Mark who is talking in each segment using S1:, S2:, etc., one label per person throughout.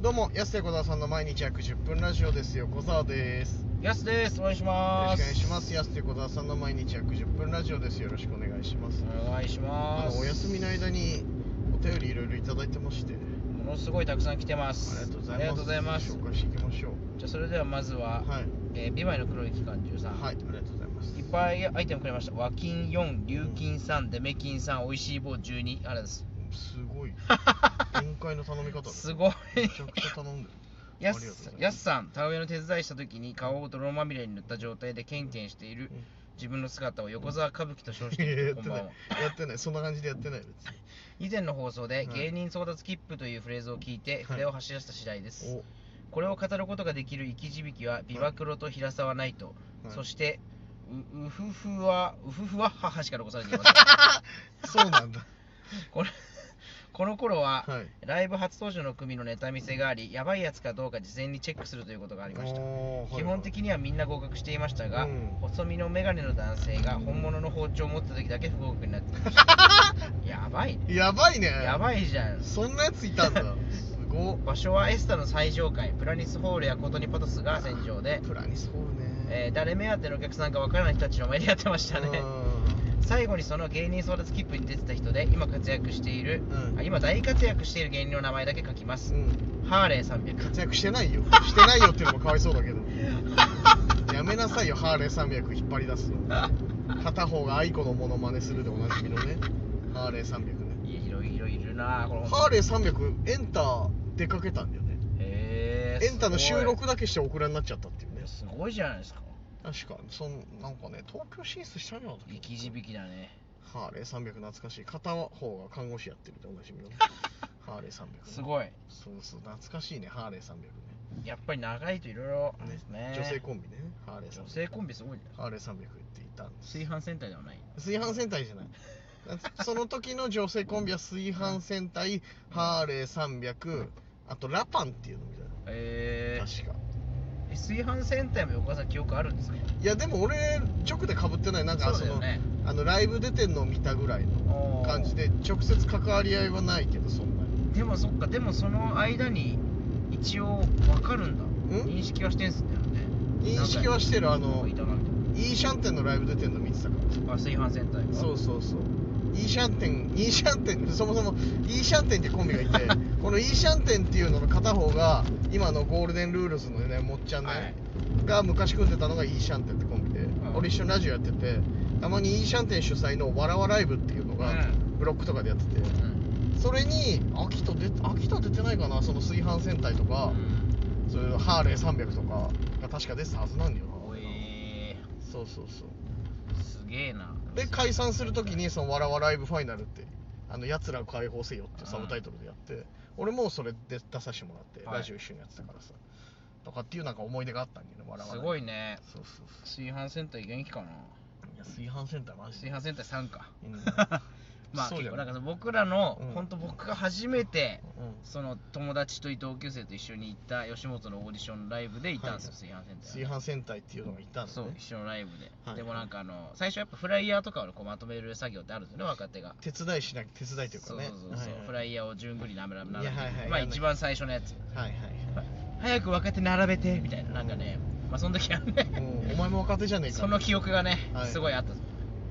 S1: どうも、安手小沢さんの毎日約10分ラジオですよ。小沢です。
S2: やすです。お願いし
S1: よろ
S2: ま
S1: しく
S2: す。
S1: お願いします。安手小沢さんの毎日約10分ラジオです。よろしくお願いします。
S2: お願いし
S1: あ
S2: ます。
S1: の、お休みの間にお便りいろいろいただいてまして、あ
S2: ものすごいたくさん来てます。
S1: りがとうございます。
S2: ありがとうございます
S1: 紹。介していきましょう。
S2: じゃあそれではまずは、
S1: はい。
S2: えー美眉の黒い期間中さん。
S1: はい、ありがとうございます。
S2: いっぱいアイテムくれました。和金4、龍金3、デメ金3、美味しい棒12。あれです。
S1: す ごい。宴会の頼み方だ
S2: すごい
S1: め ちゃくちゃ頼んでる。
S2: や
S1: ありがとうござ
S2: す
S1: います
S2: やすさん、田植えの手伝いした時に顔を泥まみれに塗った状態でケンケンしている
S1: うん
S2: 自分の姿を横澤歌舞伎と称し
S1: い
S2: てい
S1: や や
S2: る
S1: っ
S2: こ
S1: て
S2: ん
S1: な
S2: ば
S1: い
S2: んは。
S1: やってないそんな感じでやってない別
S2: 以前の放送
S1: は
S2: で
S1: い
S2: 芸人争奪切符というフレーズを聞い
S1: はい
S2: て筆を走らせた次第です、
S1: に
S2: これを語ることができる生き字引はビワクロと平沢ナイト、
S1: はい
S2: そしてううふふはうふふは母しか残されていま せん
S1: おそうなんだ
S2: これこの頃は、
S1: はい
S2: ライブ初登場の組のネタ見せがありやばいやつかどうか事前にチェックするということがありました
S1: おーはい
S2: 基本的にはみんな合格していましたが、
S1: うん
S2: 細身の眼鏡の男性が本物の包丁を持った時だけ不合格になって いましたやばい
S1: やばいね
S2: やばいじゃん
S1: そんなやついたんだすごっ
S2: 場所はエスタの最上階プラニスホールやコトニパトスが戦場で、
S1: プラニスホールね
S2: えー誰目当てのお客さんかわからない人たちの前でやってましたね最後にその芸人争奪切符に出てた人で今活躍している、
S1: うん
S2: あ今大活躍している芸人の名前だけ書きます、
S1: うんうん
S2: ハーレー300
S1: 活躍してないよしてないよっていうのもかわいそうだけどやめなさいよハーレー300引っ張り出すの片方がアイコのモノマネするでおなじみのねハーレー300ね
S2: いやいろいろいるなあこの
S1: ハーレー300エンター出かけたんだよね
S2: へ
S1: エンタの収録
S2: だ
S1: だけしてオクラになっちゃったっていうね
S2: すごいじゃないですか
S1: 確かそのなんかね東京進出したんじゃなかったっけ
S2: 生き字引だね
S1: ハーレー300懐かしい片方が看護師やってるでおなじみ のねハーレー300、ね、
S2: すごい
S1: そうそう懐かしいねハーレー300ね
S2: やっぱり長いといろいろあるんですね
S1: 女性コンビねハーレー300
S2: 女性コンビすごいね
S1: ハーレー300っていたんです
S2: 炊飯センターではない
S1: 炊飯戦隊 じゃないその時の女性コンビは炊飯戦隊ハーレー300あとラパンっていうのみたい
S2: え
S1: な
S2: ー、
S1: 確か
S2: え炊飯センターも横川さん記憶あるんですか
S1: いやでも俺直でかぶってないなんか
S2: そ
S1: そうの
S2: だよね
S1: あのライブ出てんのを見たぐらいの
S2: おー
S1: 感じで直接関わり合いはないけどそんなに
S2: でもそっかでもその間に一応分かるんだ認識はしてんすんだよね
S1: 認識はしてるあ
S2: なん
S1: の
S2: かいたなみたい
S1: イーシャンテンのライブ出てんの見てたから
S2: なあ炊飯センターが
S1: そうそうそうイーシャンテンイーシャンテンそもそもイーシャンテンってコンビがい てこのイーシャンテンっていうのの片方が今のゴールデンルールズのねもっちゃんね、
S2: はい
S1: が昔組んでたのがイーシャンテンってコンビで、
S2: ん
S1: 俺一緒にラジオやっててたまにイーシャンテン主催のわらわライブっていうのが
S2: うん
S1: ブロックとかでやってて、
S2: うん
S1: それに秋田出秋田出てないかなその炊飯戦隊とか、そういうハーレー300とかが確か出てたはずなんだよ
S2: うんお
S1: な
S2: え
S1: そうそうそう
S2: ーすげえな
S1: で解散するときに「そのわらわライブファイナル」って「あの奴らを解放せよ」っていうサブタイトルでやって俺もそれで出させてもらって、
S2: はい
S1: ラジオ一緒にやってたからさとかっていうなんか思い出があったんだよねわらわ
S2: す
S1: ライブ
S2: ごいね
S1: そうそうそ
S2: 炊飯センター元気かな
S1: ういや炊飯センターマジ
S2: 炊
S1: で
S2: 飯センター3か
S1: うん
S2: まあ
S1: そうじ
S2: 結
S1: ゃ
S2: 構
S1: な
S2: ないんか僕らの
S1: うん
S2: 本当僕が初めて
S1: うん
S2: その友達と同級生と一緒に行った吉本のオーディションライブでいたんですよ
S1: は
S2: 炊飯センタ
S1: 炊飯戦隊
S2: ー
S1: っていうのがいたんだ
S2: そう
S1: ね
S2: 一緒のライブで、
S1: はい
S2: でもなんかあの最初やっぱフライヤーとかをこうまとめる作業ってあるんですよね若手が
S1: 手伝いしなきゃ手伝いというかね
S2: そうそうそうそう、
S1: はい
S2: フ
S1: は
S2: ラ
S1: い
S2: イヤーを順繰りなめらめない
S1: やはいはい
S2: まあ
S1: やんなきゃ
S2: 一番最初のやつ
S1: はいはいはい
S2: 早く若手並べてみたいななんかね、まあその時はね
S1: うんお前も若手じゃねえか
S2: その記憶がね、
S1: はい
S2: すごいあったぞ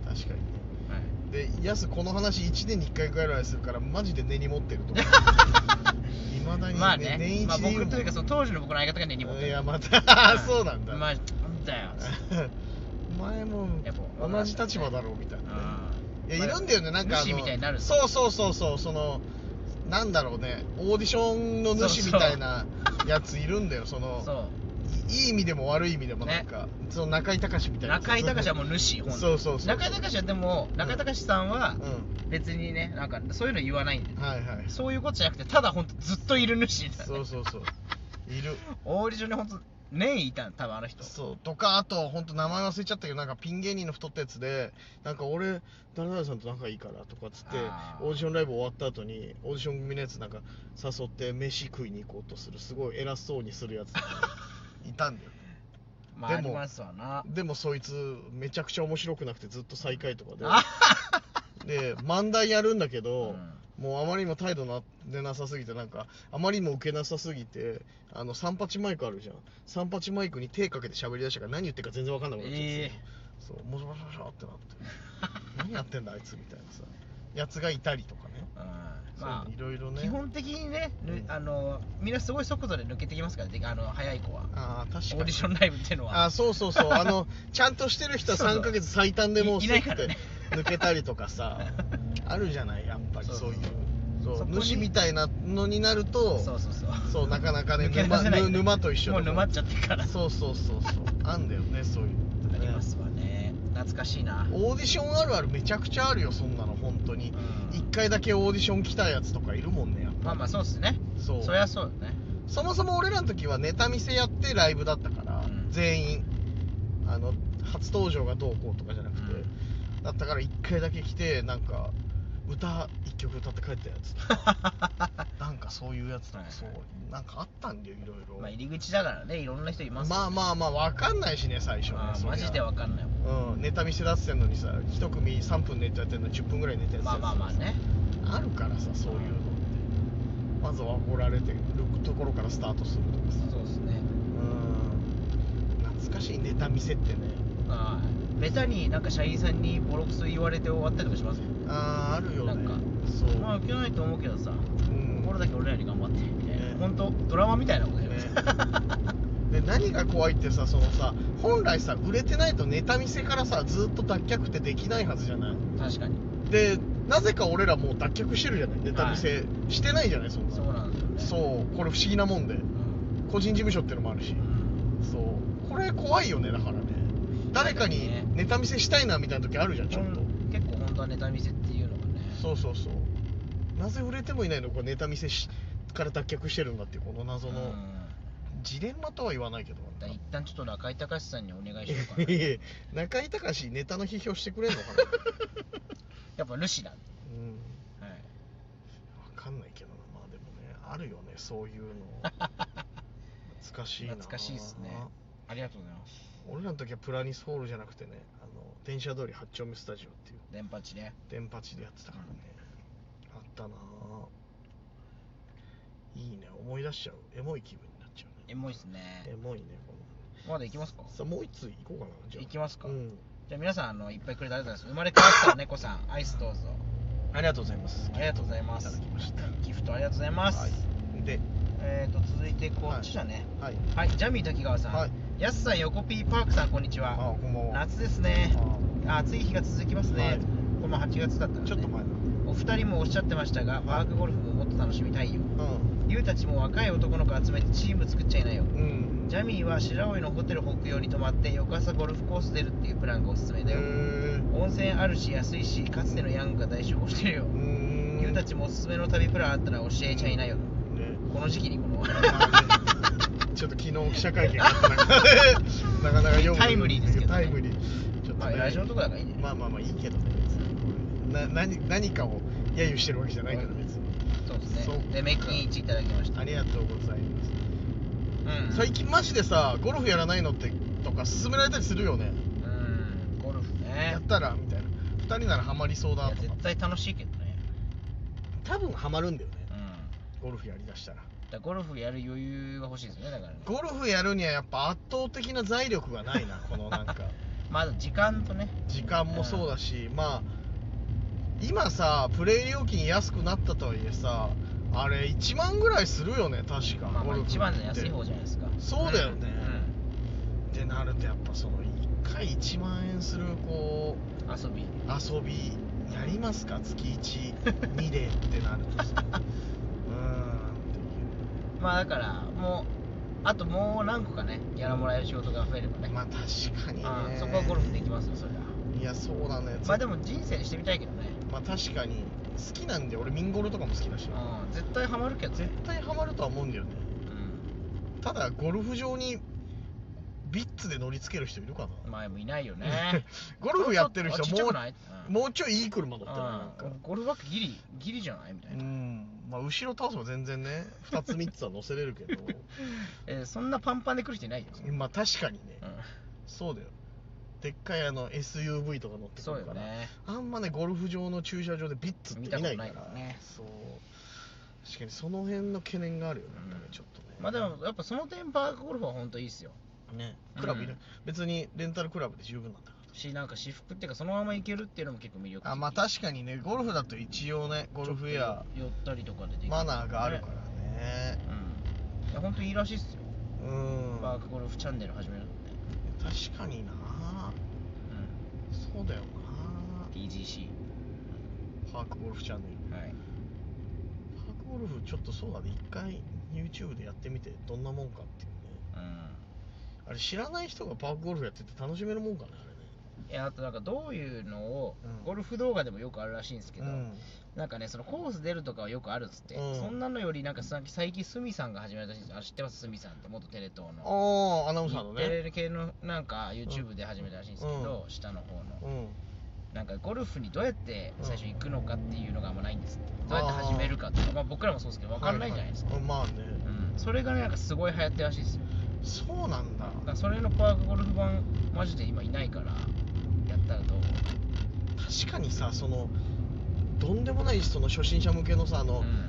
S1: 確かに
S2: はい
S1: でやすこの話1年に1回ぐらいするからマジで根に持ってると 思ういまだに、
S2: まあね、
S1: 年一
S2: まあ、
S1: で言うも
S2: 僕
S1: ん
S2: というかその当時の僕の相方がね荷物
S1: いやまたそうなんだ、
S2: まあなんだよ
S1: お前も
S2: やっぱ
S1: 同じ立場だろうみたいな、ね、いやいるんだよねなんかあの
S2: 主みたいになる
S1: そうそうそうそうそのなんだろうねオーディションの主みたいなやついるんだよその
S2: そ
S1: いい意味でも悪い意味でもなんか、その中井隆み
S2: う
S1: たいな
S2: 中井隆はもう主本当に
S1: そうそうそう
S2: 中井隆はでも中井隆さんは
S1: う
S2: 別にねなんかそういうの言わないんで
S1: んはいはい
S2: そういうことじゃなくてただ本当ずっといる主だ、ね、
S1: そうそうそういる
S2: オーディションに本当年いた多分あの人
S1: そうとかあと本当名前忘れちゃったけどなんかピン芸人の太ったやつでなんか俺誰々さんと仲いいからとかっつって
S2: あー
S1: オーディションライブ終わった後にオーディション組のやつなんか誘って飯食いに行こうとするすごい偉そうにす るやついたんだよ
S2: まあ
S1: で
S2: あ
S1: も
S2: りますわな
S1: でもそいつめちゃくちゃ面白くなくてずっと最下位とか
S2: あ
S1: でで漫談やるんだけど、
S2: うん
S1: もうあまりにも態度な出なさすぎてなんかあまりにも受けなさすぎてあの三八マイクあるじゃん三八マイクに手かけて喋りだしたから何言ってるか全然分かんなくなっちゃって、
S2: ええ
S1: そうもしもしもしもしってなって何やってんだあいつみたいなさやつがいたりとかね
S2: ま
S1: そういろいろね
S2: 基本的にね、ぬ
S1: うん
S2: あのみんなすごい速度で抜けてきますからであの早い子は
S1: ああ確か
S2: オ
S1: に
S2: ーディションライブっていうのは
S1: あそうそうそうあのちゃんとしてる人は
S2: そうそう
S1: 3ヶ月最短でもう
S2: い
S1: す
S2: いな
S1: っ
S2: い
S1: て
S2: からね
S1: 抜けたりとか さあるじゃないやっぱり
S2: そうそ
S1: そうういうそう
S2: そこに
S1: 主みたいなのになると
S2: そうそうそう
S1: そうなかなかね
S2: 抜け出
S1: 沼
S2: せない
S1: ぬ沼と一緒
S2: もう沼っ
S1: ゃ
S2: ちゃってるから
S1: そうそうそうそうあんだよねそういうのって
S2: あ
S1: ね
S2: りますわね懐かしいな
S1: オーディションあるあるめちゃくちゃあるよそんなの本当に
S2: うん
S1: 1回だけオーディション来たやつとかいるもんねやっぱ
S2: まあまあそうっすね
S1: そう
S2: そりゃそう だね
S1: そもそも俺らの時はネタ見せやってライブだったから、
S2: うん
S1: 全員あの初登場がどうこうとかじゃなくて、
S2: うん
S1: だったから1回だけ来てなんか歌1曲歌って帰ったやつとかなんかそういうやつとかそう、
S2: はいは
S1: なんかあったんだよいろいろ、
S2: まあ入り口だからねいろんな人います
S1: まあまあまあ分かんないしね最初ね
S2: あ
S1: そりゃ
S2: マジでわかんないもん
S1: うん、ネタ見せ出してんのにさ1組3分ネタやってんのに10分ぐらいネタやって
S2: まあ
S1: た
S2: まあまあね
S1: あるからさそういうのってまずは怒られてるところからスタートするとかさ
S2: そうっすね
S1: うん懐かしいネタ見せってね
S2: ああベタになんか社員さんにボロクソ言われて終わったりとかしますもん
S1: あああるよね
S2: なんか
S1: そう
S2: まあ受けないと思うけどさ、
S1: うん
S2: これだけ俺らより頑張ってみたいな、
S1: ね
S2: 本当ドラマみたいなことだよね
S1: ねで何が怖いってさそのさ本来さ売れてないとネタ見せからさずっと脱却ってできないはずじゃない
S2: 確かに
S1: でなぜか俺らもう脱却してるじゃないネタ見せしてないじゃないそんな
S2: そうなんですよね、
S1: そううこれ不思議なもんで
S2: ん
S1: 個人事務所ってのもあるしそうこれ怖いよねだからね誰かに
S2: ね
S1: ネタ見せしたいなみたいな時あるじゃんちょっと、
S2: うん結構本当はネタ見せっていうのがね
S1: そうそうそうなぜ売れてもいないのこれネタ見せしから脱却してるんだっていうこの謎
S2: うん
S1: のジレンマとは言わないけど
S2: だ一旦ちょっと中井隆さんにお願いしよう か
S1: い
S2: な
S1: やいや中井隆ネタの批評してくれん のかな
S2: やっぱルシだ、は
S1: うん
S2: い、
S1: 分かんないけどなまあでもねあるよねそういうの懐かしいな
S2: 懐かしいですねありがとうございます
S1: 俺らの時はプラニスホールじゃなくてねあの電車通り八丁目スタジオっていう
S2: 電波地ね
S1: 電波地でやってたからね、あったなぁいいね思い出しちゃうエモい気分になっちゃうね
S2: エモいっすね
S1: エモいねこ
S2: まだ行きますか
S1: のさあもう一つ行こうかなじゃあ
S2: 行きますか
S1: うん、
S2: じゃあ皆さんあのいっぱいくれてありがとうございます生まれ変わった猫さんアイスどうぞ
S1: ありがとうございます
S2: ありがとうございます
S1: いただきました
S2: ギフトありがとうございます、
S1: はいで
S2: えーと続いてこっちだね
S1: はい
S2: はい、ジャミー滝川さん、
S1: は
S2: や
S1: い
S2: すヤスさん横 P パークさんこんにち
S1: あ
S2: は
S1: こんばんは
S2: 夏ですねあ暑い日が続きますね、
S1: はい
S2: この8月だったら、ね、
S1: ちょっと前だ
S2: お二人もおっしゃってましたがパークゴルフももっと楽しみたいよ
S1: うん
S2: ゆうたちも若い男の子集めてチーム作っちゃいなよ
S1: うん
S2: ジャミーは白老のホテル北洋に泊まって翌朝ゴルフコース出るっていうプランがおすすめだよ
S1: へ
S2: 温泉あるし安いしかつてのヤングが大集合してるよ
S1: ーうーん
S2: ゆうたちもおすすめの旅プランあったら教えちゃいなよ
S1: ね
S2: この時期にこの
S1: ちょっと昨日記者会見があったからなかなか読む
S2: タイムリーですけどね
S1: タイムリーちょっと
S2: まあ
S1: ね
S2: ラジオのとこだからいいんじゃない
S1: まあまあまあいいけどね別にな何何かを揶揄してるわけじゃないから別に
S2: そうです
S1: そう
S2: ねでメッキン1いただきました
S1: ありがとうございます、
S2: うん
S1: 最近マジでさゴルフやらないのってとか勧められたりするよね、
S2: うんゴルフね
S1: やったらみたいな2人ならハマりそうだ
S2: いや
S1: とか
S2: 絶対楽しいけどね
S1: 多分ハマるんだよね
S2: う
S1: ゴ
S2: んだか
S1: ルフやりだしたら
S2: らゴルフやる余裕が欲しいですよねだからね
S1: ゴルフやるにはやっぱ圧倒的な財力がないなこのなんか
S2: まあ時間とね
S1: 時間もそうだし、まあ今さプレイ料金安くなったとはいえさあれ1万ぐらいするよね確か、
S2: まあま
S1: ゴ
S2: あ
S1: ルフって
S2: 一番の安い方じゃないですか
S1: そうだよね
S2: うん
S1: ってなるとやっぱその1回1万円するこう
S2: うん遊び
S1: 遊びやりますか月12でってなるとさうー
S2: まあだからもうあともう何個かねギャラもらえる仕事が増えればね
S1: んまあ確かに
S2: うん
S1: ね
S2: そこはゴルフできますよそれはい
S1: やそうだね
S2: まあでも人生にしてみたいけどね
S1: まあ確かに好きなんで俺ミンゴルとかも好きだし
S2: うん絶対ハマるけどね
S1: 絶対ハマるとは思うんだよね
S2: う
S1: ただゴルフ場にビッツで乗り付ける人いるか
S2: ん
S1: な、
S2: まあもういないよね
S1: ゴルフやってる人
S2: ちょっとあちっちゃ
S1: も、
S2: くないううん
S1: もうちょいいい車乗ってないなん
S2: う
S1: か
S2: ん、ゴルフバッグギリギリじゃないみたいうな、
S1: んまあ後ろ倒せば全然ね2つ3つは乗せれる けど
S2: えーそんなパンパンで来る人いないよ、
S1: まあ確かにね
S2: うん
S1: そうだよでっかいあの SUV とか乗ってく
S2: そう
S1: るか
S2: よ
S1: ら、
S2: ね
S1: あんまねゴルフ場の駐車場でビッツって見ないから
S2: 見たことないからね
S1: そう確かにその辺の懸念があるよね、
S2: うん
S1: やっぱねちょっとね
S2: まあでもやっぱその点パークゴルフは本当いいっすよ
S1: ねクラブいる、
S2: うん
S1: 別にレンタルクラブで十分なんだか
S2: しなんか私服っていうかそのまま行けるっていうのも結構魅力的
S1: らあまあ確かにねゴルフだと一応ねゴルフや
S2: 寄ったりとかでできる
S1: マナーがあるからね
S2: うんいや本当にいいらしいっすよ
S1: うん
S2: パークゴルフチャンネル始めるのね
S1: 確かになそうだよ
S2: うん PGC
S1: なパークゴルフチャンネル
S2: はい
S1: パークゴルフちょっとそうだね一回 YouTube でやってみてどんなもんかっていうね
S2: う
S1: あれ知らない人がパークゴルフやってて楽しめるもんかね
S2: んいやあとなんかどういうのを、
S1: うん
S2: ゴルフ動画でもよくあるらしいんです
S1: あ
S2: け
S1: れ
S2: ど、
S1: ねうん
S2: なんかねそのコース出るとかはよくあるっつって、
S1: うん
S2: そんなのよりなんかさ最近鷲見さんが始めたらしいんですよあ知ってます鷲見さんって元テレ東の
S1: ああアナウンサーの
S2: 日テ
S1: ね
S2: レ系のなんか YouTube で始めたらしいんですけど、
S1: う
S2: 下の方の
S1: うん
S2: なんかゴルフにどうやって最初行くのかっていうのがあんまないんですって、
S1: うん
S2: どうやって始めるかとか、まあ、僕らもそうですけど分かんないじゃないですか、
S1: ははまあね
S2: うん、それがねなんかすごい流行ってるらしいですよ
S1: そうなんだ
S2: だからそれのパークゴルフ版マジで今いないからやったらどう
S1: 確かにさそのとんでもないその初心者向けのさあの、
S2: うん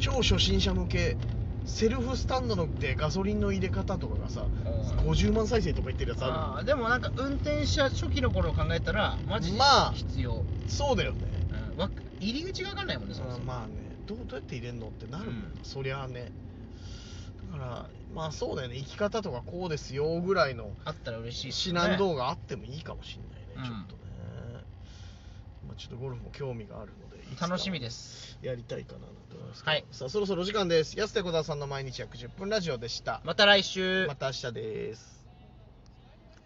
S1: 超初心者向けセルフスタンドのでガソリンの入れ方とかがさ、
S2: うん
S1: 50万再生とか言ってるやつあ
S2: あーでもなんか運転者初期の頃を考えたらマジで
S1: まあ
S2: 必要、
S1: るそうだよね、
S2: うんわ入り口が分かんないもんねそもそ
S1: うん
S2: も、
S1: まあねどうどうやって入れんのってなるもんな、
S2: うん
S1: そりゃあねだからまあそうだよね生き方とかこうですよぐらいの
S2: あったら嬉しいっす
S1: 指
S2: よ
S1: 南動画あってもいいかもしんないね、
S2: うん
S1: ちょっとね、まあ、ちょっとゴルフも興味があるのでいつか
S2: 楽しみです
S1: やりたいかなと思いますけど
S2: はい
S1: さあそろそろお時間です安手小沢さんの毎日約10分ラジオでした
S2: また来週
S1: また明日です